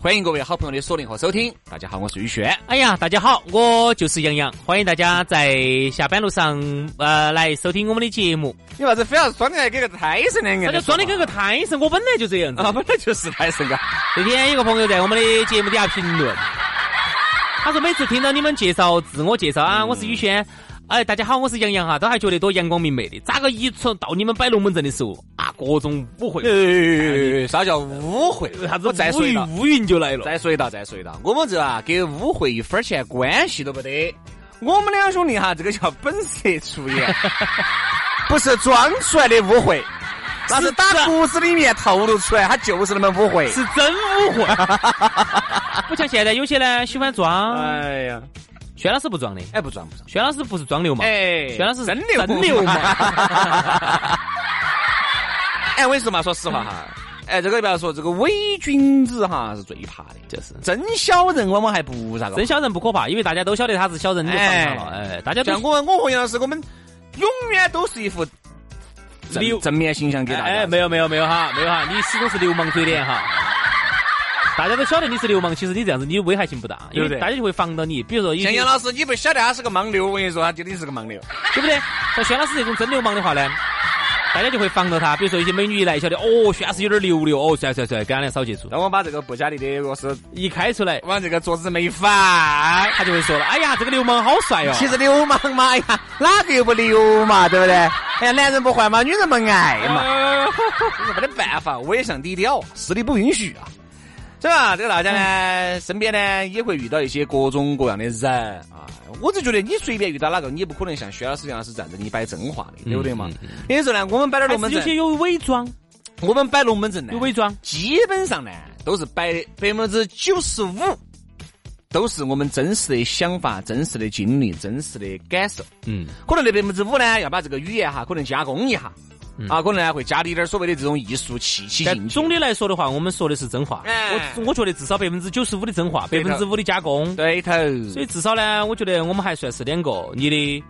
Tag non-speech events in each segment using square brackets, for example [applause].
欢迎各位好朋友的锁定和收听。大家好，我是宇轩。哎呀，大家好，我就是杨洋，欢迎大家在下班路上呃来收听我们的节目。你为啥子非要装的来给个胎神两大个家装的跟个胎神，我本来就这样子。啊，本来就是胎神啊。那天有个朋友在我们的节目底下评论，他说每次听到你们介绍自我介绍嗯啊，我是宇轩，哎，大家好，我是杨洋哈，都还觉得多阳光明媚的。咋个一出到你们摆龙门阵的时候啊，各种误会，呃，啥叫误会？啥子我再说乌一云道，乌云就来了。再说一道，再说一道。我们这啊，跟误会一分钱关系都不得。我们两兄弟哈，这个叫本色出演，不是装出来的误会，那是打骨子里面透露出来，他就是那么误会。是真 [laughs] 误会，不像现在有些呢喜欢装，哎呀，轩老师不装的，哎，不装不装。轩老师不是装流氓，哎，轩老师是真牛，真流氓。哎，我跟你说嘛，说实话哈，哎，这个不要说，这个伪君子哈是最怕的，就是真小人往往还不咋个怕。真小人不可怕，因为大家都晓得他是小人，你就防他了。哎，大家都像我我和杨老师，我们永远都是一副流正正面形象给大家。哎，没有没有没有哈，没有哈，你始终是流氓嘴脸哈。大家都晓得你是流氓，其实你这样子你危害性不大，因对不对为大家就会防到你。比如说有些，像杨老师，你不晓得他是个盲流，我跟你说，他绝对是个盲流。对不对？像轩老师这种真流氓的话呢，大家就会防到他。比如说有些美女一来晓得，哦，轩老师有点流流，哦，算算算，跟他俩少接触。让我把这个布加迪的钥匙一开出来，往这个桌子没放。他就会说了，哎呀，这个流氓好帅哦。其实流氓嘛，哎呀，哪个又不流嘛，对不对？哎呀，男人不坏嘛，女人不爱嘛，嘛，没得办法，我也想低调，实力不允许啊。是吧？这个大家嗯呢，身边呢也会遇到一些各种各样的人啊。我就觉得你随便遇到哪个，你也不可能像薛老师一样是站着你摆真话的，对不对嘛？所以说呢，我们摆点龙嗯还门是有些阵，有伪装，我们摆龙门阵呢有，伪装。基本上呢都是摆百分之九十五，都是我们真实的想法、真实的经历、真实的感受。嗯，可能那百分之五呢，要把这个语言哈，可能加工一下，嗯啊，可能呢会加了一点所谓的这种艺术气息进但去。总的来说的话，我们说的是真话。哎我我觉得至少百分之九十五的真话，对头百分之五的加工。对头，所以至少呢，我觉得我们还算是两个你的。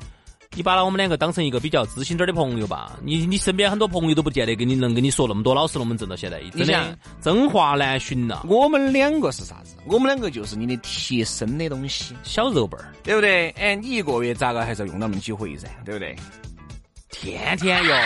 你把我们两个当成一个比较知心点儿的朋友吧，你你身边很多朋友都不见得跟你能跟你说那么多老实龙门阵到现在，真想的真话难寻呐，我们两个是啥子？我们两个就是你的贴身的东西，小肉伴儿对不对？哎，你一个月咋个还是要用那么几回噻，对不对？天天用，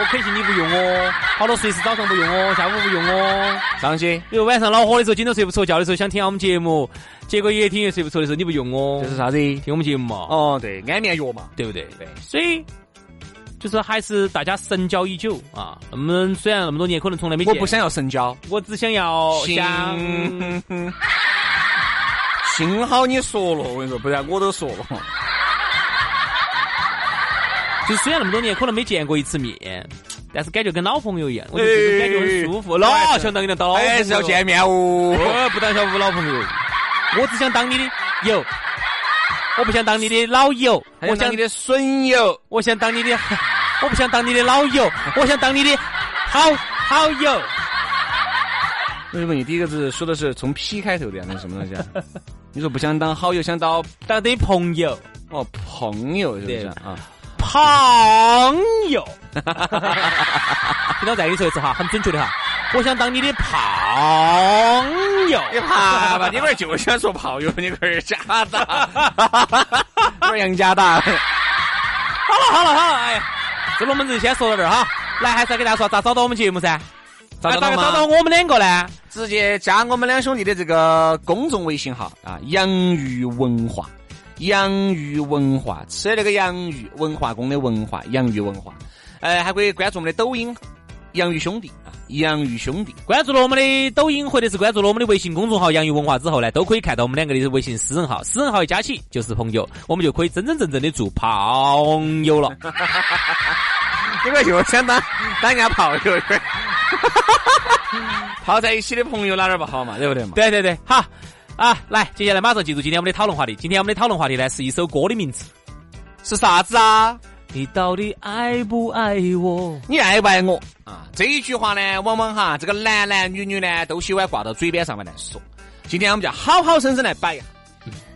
我肯定你不用哦，好多随时早上不用哦，下午不用哦，上去比如晚上恼火的时候，今天睡不着觉的时候，想听下我们节目，结果越听越睡不着的时候，你不用哦，这是啥子？听我们节目嘛，哦，对，安眠药嘛。对不对？对所以就是还是大家深交已久啊。那么虽然那么多年可能从来没我见不想要深交，我只想要想，幸 [laughs] 幸好你说了，我跟你说，不然我都说了。就虽然那么多年可能没见过一次面，但是感觉跟老朋友一样，我就这种感觉很舒服。哎老想当你的当老朋友还是要见，面哦。我不当小五老朋友，我只想当你的友，我不想当你的老友，我我想想你的损友，我想当你的， [laughs] 我不想当你的老友，我想当你的好好友。为什么你第一个字说的是从 P 开头的呀？那是什么东西啊？ [laughs] 你说不想当好友，想当当你朋友，哦朋友是不是对啊？朋 [laughs] 友，听到再跟你说一次哈，很准确的哈。我想当你的朋友，你哎怕啊吧？你龟儿就想说炮友，你龟儿假的，龟儿杨家大。好了好了好了，哎呀，这龙门阵先说到这儿哈。来，还是要给大家说咋找到我们节目噻？咋哎找咋到个找到吗？我们两个呢？直接加我们两兄弟的这个公众微信号啊，洋芋文化，洋芋文化，哎吃那个洋芋，文化宫的文化，洋芋文化。呃，还可以关注我们的抖音洋芋兄弟啊，洋芋兄弟。关注了我们的抖音或者是关注了我们的微信公众号“洋芋文化”之后呢，都可以看到我们两个的微信私人号，私人号一加起就是朋友，我们就可以真真正正的做朋友了。你们又想当 [laughs] 当人家炮友儿， [laughs] 泡在一起的朋友哪点不好嘛，对不对嘛？对对对，好啊，来，接下来马上进入今天我们的讨论话题。今天我们的讨论话题呢是一首歌的名字，是啥子啊？你到底爱不爱我？你爱不爱我啊？这一句话呢，往往哈，这个男男女女呢，都喜欢挂到嘴边上面来说。今天我们就好好生生来摆一下。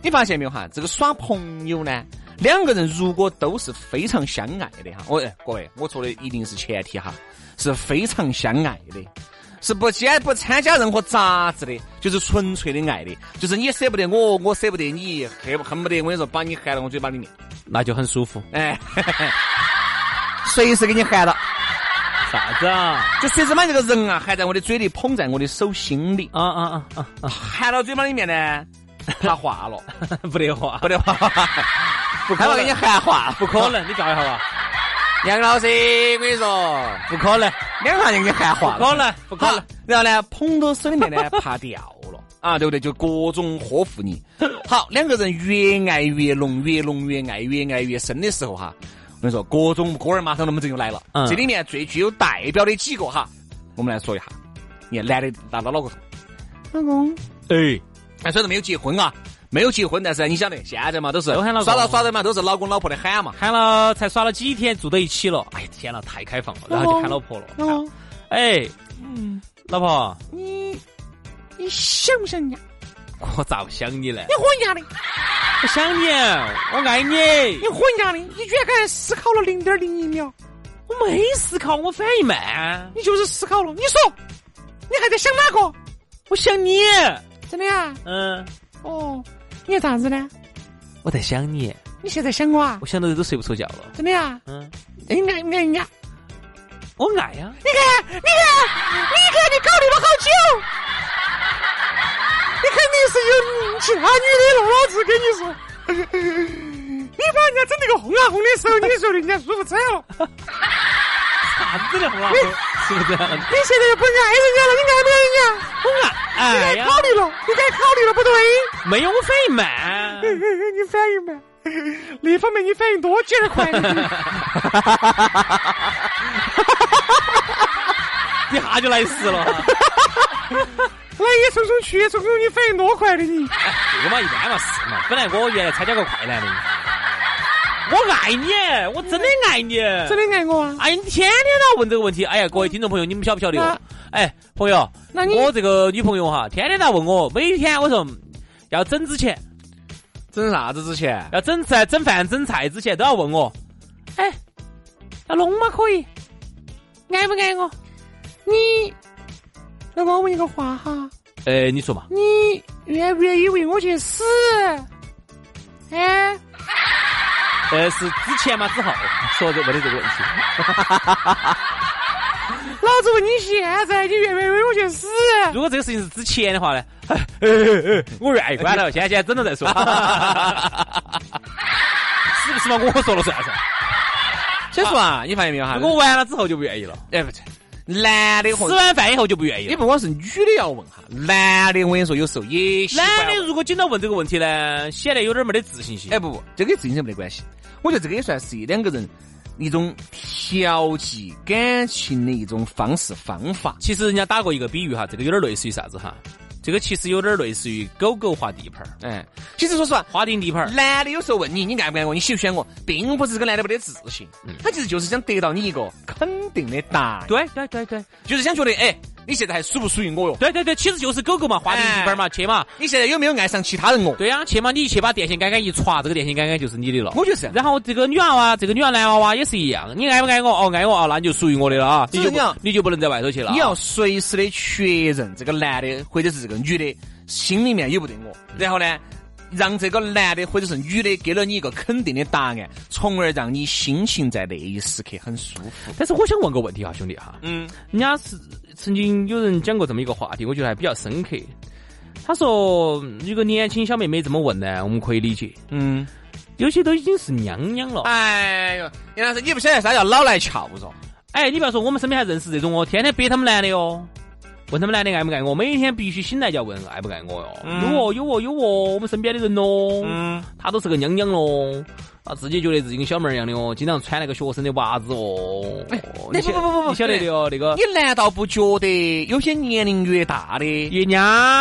你发现没有哈？这个耍朋友呢，两个人如果都是非常相爱的哈，我哎各位，我说的一定是前提哈，是非常相爱的，是不兼不参加任何杂质的，就是纯粹的爱的，就是你舍不得我，我舍不得你，恨恨不得我跟你说把你含到我嘴巴里面，那就很舒服。哎， [laughs] 随时给你含到，啥子啊？就随时 [laughs] 把这个人啊含在我的嘴里，捧在我的手心里，啊啊啊啊啊！含到嘴巴里面 [laughs] 呢，它化了，不得话，不得 [laughs] 话，不还要给你含化，不可能，你叫一下吧。杨老师，我跟你说，不可能，两下就给你喊不化可了。能，不可好能。然后呢，捧到手里面呢， [laughs] 怕掉了啊，对不对？就各种呵护 [laughs] 你。好，两个人越爱越浓，越浓越爱，越爱越深的时候哈，我跟你说，各种哥儿马上龙门阵就来了。嗯这里面啊最具有代表的几个哈，我们来说一下。你看，男的拿到脑壳上，老公，哎，哎，虽然没有结婚啊，没有结婚，但是你晓得现在嘛，都是都喊老公耍到耍到嘛，都是老公老婆的喊嘛。喊了才耍了几天，住到一起了，哎天呐，太开放了，然后就喊老婆了，喊哦，哎，老婆，你你想不想人家？我咋不想你呢？你喝人家的。我想你，哎我爱你你，混账的！你居然刚才思考了零点零一秒，我没思考，我反应慢，你就是思考了。你说，你还在想哪个？我想你，真的呀？嗯，哦，你在咋子呢？我在想你，你现在想我啊？我想到都睡不着觉了，真的呀？嗯，哎，你看，你看，你看，我爱呀、你看，你看，你看，你考虑了好久。你肯定是有其他女的了，老子跟你说。你把人家整那个哄啊哄的时候，你说的人家舒服惨了。啥子的胡老师，是不是？你现在又不爱哎人家了，你爱不爱人家？我爱，哎该哎呀，考虑了，你该考虑了，不对。没有，我反应慢，你反应慢，那方面你反应多，劲儿快。 [laughs] 一下就来事 [laughs] 了，来也匆匆去，也匆匆，你反应多快的你。哎这个嘛一般嘛是嘛，本来我原来参加过快男的，我爱你，我真的爱你，真真的爱我啊？哎，你天天都要问这个问题。哎呀，各位听众朋友，你们晓不晓得哟那？哎，朋友，那你我这个女朋友哈，天天都要问我，每天我说要整之前，整啥子之前？要整菜、整饭、整菜之前都要问我，哎，要弄嘛可以？爱不爱我？你，老公，我问你个话哈，哎，你说嘛？你愿不愿意为我去死？哎，呃，是之前嘛，之后说这问的这个问题，老子问你现在，你愿不愿意为我去死？如果这个事情是之前的话呢，哎哎哎哎我愿意管了，现在现在整了再说，是不是嘛？我说了算噻。所以说啊，你发现没有哈？如果完了之后就不愿意了，哎不是，男的吃和完饭以后就不愿意了啊你。不光是女的要问哈，男的我跟你说，有时候也喜欢男的问如果经常问这个问题呢，显得有点没得自信心。哎，不不，这个跟自信没得关系。我觉得这个也算是两个人一种调剂感情的一种方式方法。其实人家打过一个比喻哈，这个有点类似于啥子哈？这个其实有点类似于狗狗划地盘儿，哎，其实说实话，划定地盘儿。男的有时候问你你爱不爱我，你喜不喜欢我，并不是这个男的没得自信，他其实就是想得到你一个肯定的答案，对对对对就是想觉得哎，你现在还属不属于我哟？对对对，其实就是狗狗嘛，划定地盘儿嘛，去嘛。你现在有没有爱上其他人哦？对呀、去嘛，你去把电线杆杆一歘，这个电线杆杆就是你的了。我觉得是这样。然后这个女娃娃，这个女娃男娃娃也是一样，你爱不爱我？哦，爱我啊，那你就属于我的了啊，你是就这样不你就不能在外头去了啊。你要随时的确认这个男的或者是这个女的心里面有不对我，嗯然后呢，让这个男的或者是女的给了你一个肯定的答案，从而让你心情在那一时刻很舒服。但是我想问个问题哈，啊兄弟哈，嗯，人家是曾经有人讲过这么一个话题，我觉得还比较深刻。他说，一个年轻小妹妹这么问呢，我们可以理解。嗯，有些都已经是娘娘了，哎呦，杨老师，你不晓得啥叫老来俏嗦？哎，你不要说，我们身边还认识这种哦，天天憋他们男的哟。问他们男的爱不爱我，每天必须醒来就要问爱不爱我哟。有哦，有哦，有哦，我们身边的人哦咯，嗯，他都是个娘娘咯，啊，自己觉得自己跟小妹儿一样的哦，经常穿那个学生的袜子哦。哎那你晓不不不不你晓得的哟，那个你难道不觉得有些年龄越大的越月娘，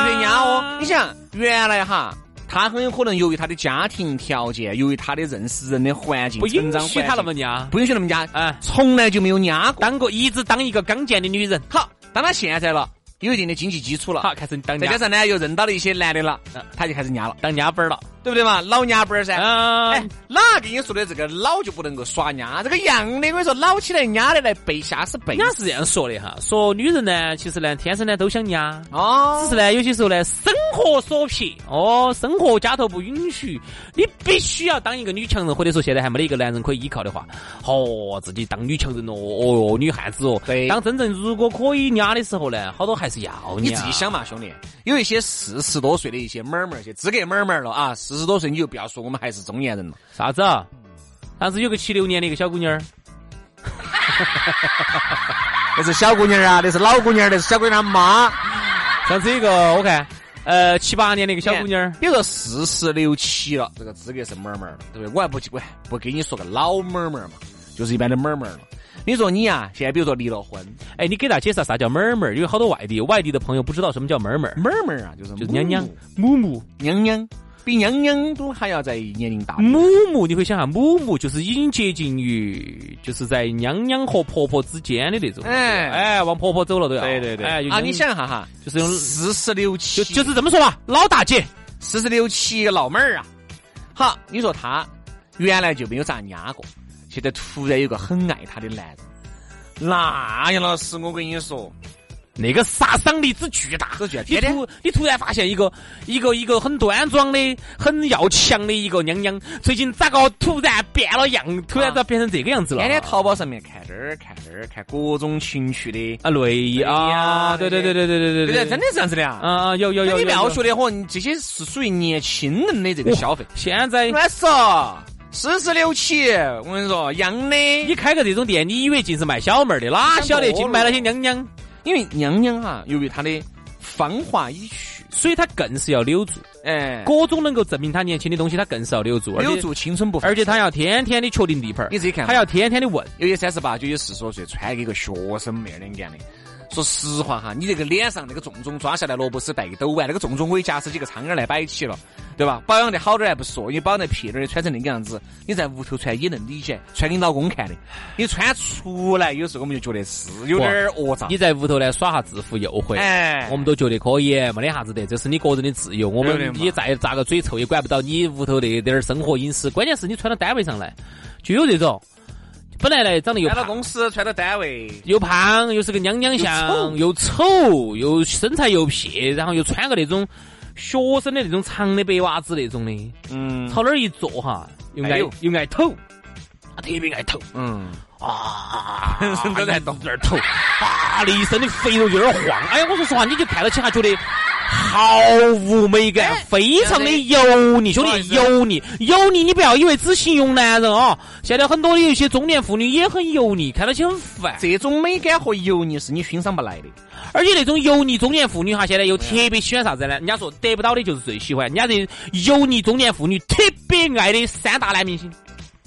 人家哦？你想原来哈，他很有可能由于他的家庭条件，由于他的认识人的环境不成允长许环他那境么娘，不允许那么家，啊，从来就没有压过。当过一直当一个刚健的女人，好，当他现在了，有一定的经济基础了，好，开始当再加娘上呢又认到了一些男的了嗯，他就开始压了，当娘本儿了。对不对嘛？老娘们儿噻。哎嗯，，哪跟你说的这个老就不能够耍丫？这个样的，我跟你说，老起来丫的来背，吓死背人。家是这样说的哈，说女人呢，其实呢，天生呢都想娘。只哦，是呢，有些时候呢，生活所迫，哦，生活家头不允许，你必须要当一个女强人，或者说现在还没得一个男人可以依靠的话，哦，自己当女强人哦，哦哟，女汉子哦，对当真正如果可以压的时候呢，好多还是要压你自己想嘛，兄弟，有一些四十多岁的一些妹儿妹儿，些资格妹儿妹儿了啊，四十多岁你就不要说我们还是中年人了。啥子啊？当时有个七六年的一个小姑娘儿，那是小姑娘啊，那是老姑娘，那是小姑娘妈。上次有一个我看，呃，七八年的一个小姑娘儿，比如说四十六七了，这个资格是妹儿妹儿了，对不对？我还不去管，不给你说个老妹儿妹儿嘛，就是一般的妹儿妹儿了。你说你呀、现在比如说离了婚，哎，你给大家介绍啥叫妹儿妹儿？因为好多外地外地的朋友不知道什么叫妹儿妹儿，妹儿妹儿啊，就是就是母娘娘母母。娘娘，比娘娘都还要在年龄大。母母，你会想下，啊母母就是已经接近于，就是在娘娘和婆婆之间的那种。哎哎，往婆婆走了都要。对对对，哎，就啊，娘你想一下哈，就是用，四十六七，就就是这么说吧，老大姐。四十六七个老妹儿啊。好，你说她原来就没有咋压过，现在突然有个很爱她的男人，那杨老师，我跟你说，那个杀伤力之巨大，都觉得你天天突你突然发现一个一个一个很端庄的、很要强的一个娘娘，最近咋个突然变了样，突然咋变成这个样子了？天天淘宝上面看这儿看那儿，看各种情趣的，啊，累哎啊，呀对对对对对对对不对？真的的是这样子的啊。啊，有有那有，你不要有哦觉，得嚯，你这些是属于年轻人的这个消费。现在乱说，四十六七，我跟你说，样的，你开个这种店，你以为尽是卖小妹儿的，哪晓得尽卖那些娘娘？因为娘娘哈，由于她的芳华已去，所以她更是要留住，哎，各种能够证明她年轻的东西，她更是要留住，而且留，住青春不凡而且她要天天的确定地盘儿你，自己看，她要天天的问。有些三十八九、有四十多岁，穿给一个学生妹儿的干的。说实话哈，你这个脸上那个重重抓下来，萝卜丝带一兜碗，那个重重可以夹死几个苍蝇来摆起了，对吧？保养得好点儿还不说，你保养得撇点儿穿成那个样子，你在屋头穿也能理解，穿给你老公看的。你穿出来，有时候我们就觉得是有点儿恶兆。你在屋头呢耍下制服诱惑，啊哎我们都觉得可以，没得啥子的，这是你个人的自由。我对们嘛你再咋个嘴臭也管不到你屋头那点儿生活饮食，关键是你穿到单位上来，就有这种，本来呢长得又来到胖。公司，穿到单位，又胖，又是个娘娘相，又丑，又身材又撇，然后又穿个那种学生的那种长的白袜子那种的，嗯，朝那儿一坐哈，又哎爱呦又爱抖，啊他特别爱抖嗯， [laughs] 啊，浑身都在抖在那儿抖啊，那一身的肥肉就在那儿晃。哎呀，我说实话，你就看到起他觉得。毫无美感，哎非常的油腻，兄不好意弟，思油腻，油腻！你不要以为只形容男人哦，现在很多的有一些中年妇女也很油腻，看到起很烦。这种美感和油腻是你欣赏不来的。而且那种油腻中年妇女哈，现在又特别喜欢啥子呢？人家说得不到的就是最喜欢，人家这油腻中年妇女特别爱的三大男明星，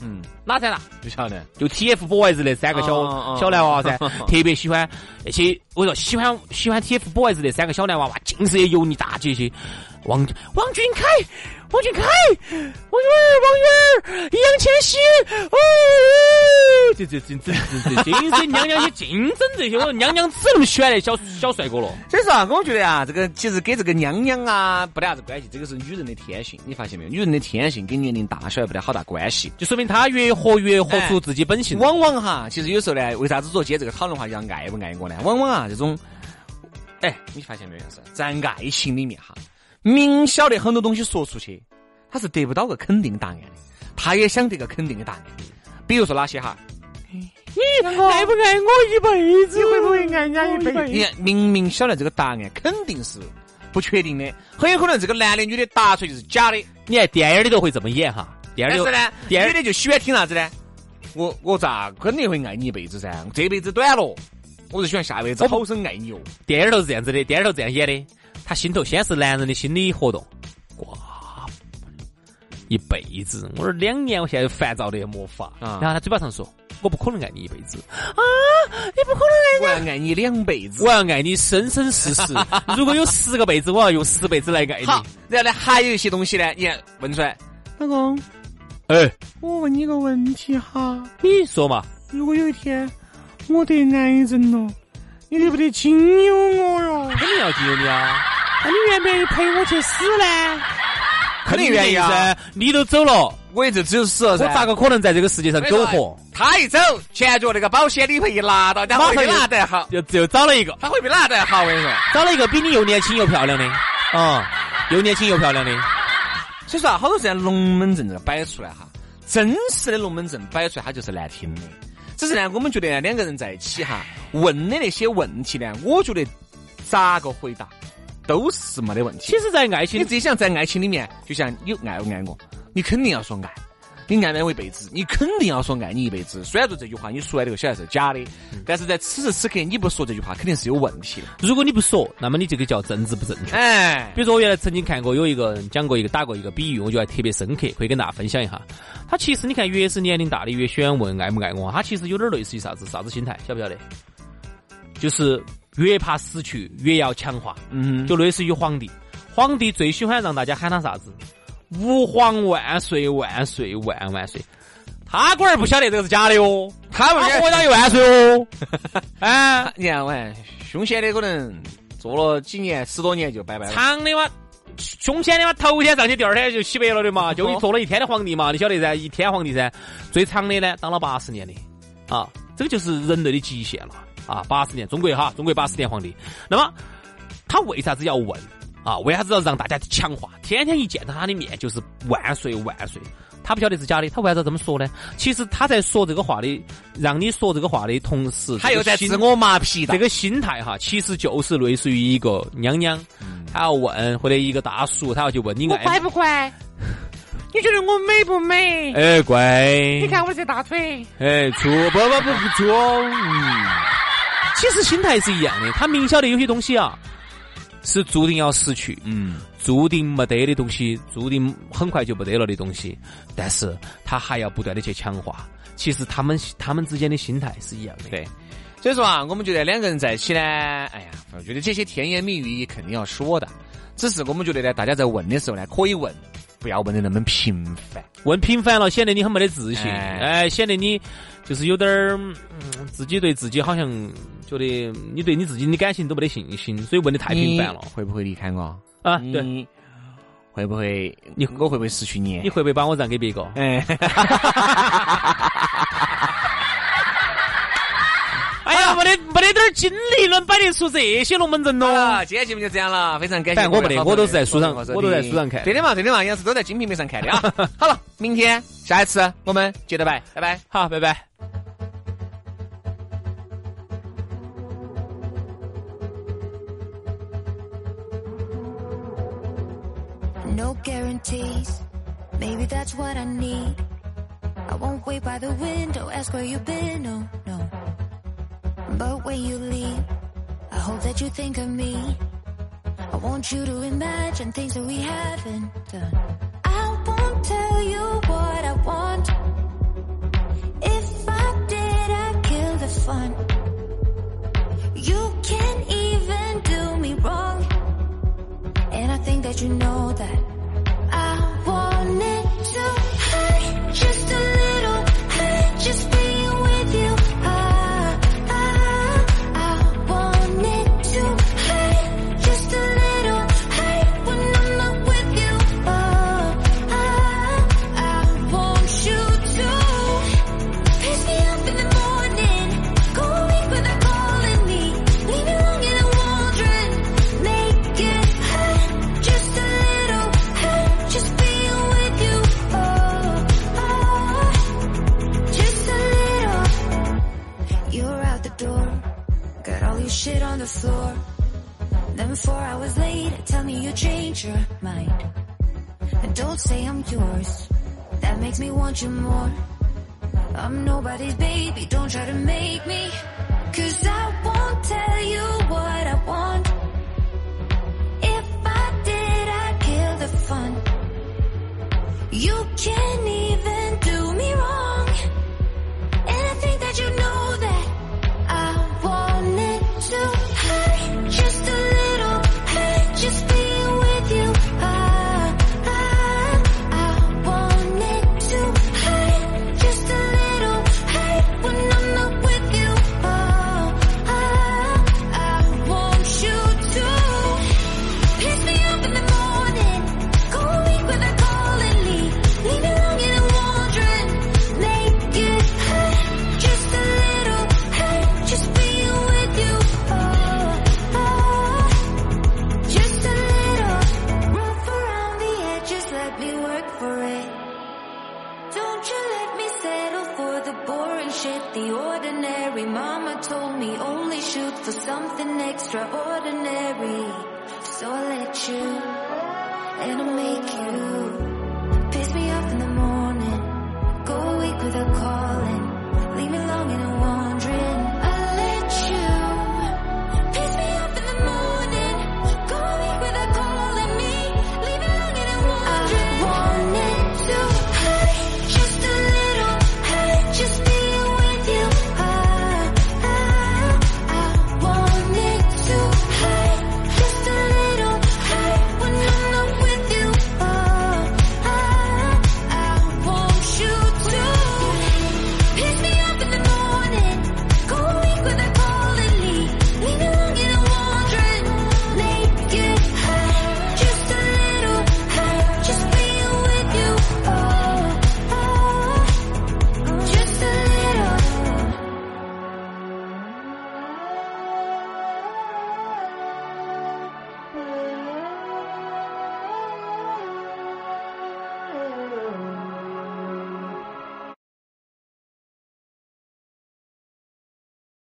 嗯，哪三大？不晓得。就 TFBOYS 那三个小、哦哦小男 [laughs] 娃娃噻，哦哦特别喜欢那些，我说喜欢喜欢 TFBOYS 那三个小男娃娃，尽是些油腻大姐些。王王俊凯、王俊凯、王源儿、王源儿、易烊千玺，哦，这这这这这这，尽是娘娘些，尽整这些，我说娘娘只那么喜欢那小小帅哥了。所以说啊，我觉得啊，这个其实跟这个娘娘啊不得啥子关系，这个是女人的天性，你发现没有？女人的天性跟年龄大小也不得好大关系。就说明他越活越活哎出自己本性。往往哈，其实有时候呢，为啥子说今天这个讨论话题叫爱不爱我呢？往往啊，这种，哎，你发现没有？是在爱情里面哈，明晓得很多东西说出去，他是得不到个肯定答案的，他也想得个肯定的答案。比如说哪些哈？爱不爱我一辈子？会不会爱人家一辈嗯你看，明明晓得这个答案肯定是不确定的，很有可能这个男的女的答出来就是假的。你看电影里头会这么演哈，电但影哎是里头呢，电女影的就喜欢听啥子呢？我我咋肯定会爱你一辈子噻？这辈子短了，我就喜欢下辈子好生爱你哦。电影头是这样子的，电影头这样演的，他心头先是男人的心理活动，哇，一辈子，我说两年，我现在烦躁的没法。啊然后他嘴巴上说，我不可能爱你一辈子啊，你不可能我要爱你两辈子。爱我，我要爱你生生世世。如果有十个辈子，我要用十辈子来爱你。好，然后呢，还有一些东西呢，你看问出来，老公，哎，我问你个问题哈，你说嘛，如果有一天我得癌症了，你得不得亲有我哟？肯定要记得你啊。那你愿不愿意陪我去死呢？肯定愿意啊！噻，你都走了，我也就只有死了我噻。咋个可能在这个世界上苟活？他一走，前脚那个保险理赔一拿到，他会被拿得好，又又找了一个，他会被拿得好。我跟你说，找了一个比你又年轻又漂亮的，啊、又年轻又漂亮的，所以说啊，好多时候龙门阵这个摆出来哈，真实的龙门阵摆出来，它就是难听的。只是呢，我们觉得呢，两个人在一起哈，问的那些问题呢，我觉得咋个回答都是没得问题其。实，在爱你 [laughs] 情自己想在爱情里面，就像你爱不爱我，你肯定要说爱。你爱不爱我一辈子，你肯定要说爱你一辈子。虽然说这句话你说来这个小孩是假的，但是在此时此刻你不说这句话，肯定是有问题的。如果你不说，那么你这个叫政治不正确。哎，比如说，我原来曾经看过有一个人讲过一个打过一个比喻，我觉得还特别深刻，可以跟大家分享一下。他其实你看，越是年龄大的，越喜欢问爱不爱我。他其实有点类似于啥子啥子心态，晓不晓得？就是越怕失去，越要强化。嗯，就类似于皇帝，皇帝最喜欢让大家喊他啥子？吾皇万岁万岁万万岁！他龟儿不晓得这个是假的哟，他他们活到一万岁 [laughs] 哦。哎，你看，喂，凶险的可能做了几年、十多年就拜拜了。长的嘛，凶险的嘛，头天上去，第二天就洗白了的嘛，就哦做了一天的皇帝嘛，你晓得噻，一天皇帝噻，最长的呢当了八十年的，啊，这个就是人类的极限了啊，八十年，中国哈，中国八十年皇帝，那么他为啥子要问啊？为啥子要让大家强化？天天一见到他的面就是万岁万岁，他不晓得是假的，他为啥子要这么说呢？其实他在说这个话的，让你说这个话的同时，他又在这个自心我麻痹的这。个心态哈，其实就是类似于一个娘娘，她要问或者一个大叔，他要去问你我爱乖不乖？你觉得我美不美？哎乖，你看我这大腿，哎错不不不不错，嗯，其实心态是一样的，他明晓得有些东西啊是注定要失去，嗯，注定没得的东西，注定很快就没得了的东西，但是他还要不断的去强化。其实他们他们之间的心态是一样的，对。所以说啊，我们觉得两个人在一起呢，哎呀，我觉得这些甜言蜜语肯定要说的，只是我们觉得呢，大家在问的时候呢，可以问，不要问的那么频繁。问频繁了，显得你很没得自信，哎哎，显得你就是有点儿、嗯，自己对自己好像觉得你对你自己的感情都没得信心，所以问的太频繁了你会不会离开我？啊！对，你会不会你我会不会失去你？你会不会把我让给别个？ [laughs] 哎，哎呀，没得没得点儿精力能摆得出这些龙门阵好哦。了，啊今天节目就这样了，非常感谢。但我不得我都是在书上收听我都在书上看对的嘛，对的嘛，杨是都在金瓶梅上看的 [laughs] 啊。好了，明天下一次我们接着拜，拜拜。好，拜拜。 No guarantees. Maybe that's what I need. I won't wait by the window, ask where you've been. Oh no. But when you leave, I hope that you think of me. I want you to imagine things that we haven't done. I won't tell you what I want. If I did, I'd kill the fun. You can't even do me wrong. And I think that you know that I wanted to hurt just a little, hurt just being with you. Ah, ah, I wanted to hurt just a little, hurt when I'm not with you. Oh, ah, I want you to pick me up in the morning, go away without calling me, leave me long in a wandering, make it hurt just a little, hurt just being with you. Oh, oh, just a little. You're out the door, got all your shit on the floor. Then four hours later, tell me you changed your mind. And don't say I'm yours, that makes me want you more. I'm nobody's baby, don't try to make me. Cause I won't tell you what I want. If I did, I'd kill the fun. You can't even do me wrong. And I think that you know that I wanted to hurt just a little, hurt just being with you. I, I, I wanted to hurt just a little, hurt when I'm not with you. ah, Oh, I, I want you to. Piss me up in the morning. Go a week without calling me. Leave me long in a wandering. Make it hurt just a little. Hurt just being with you. Oh, oh, just a little. Rough around the edges. Let me work for it. Don't you let me settle for the boring shit. The ordinary mama told me only shoot for something extraordinary. So I let you, and I make you. Piss me off in the morning. Go a week without calling.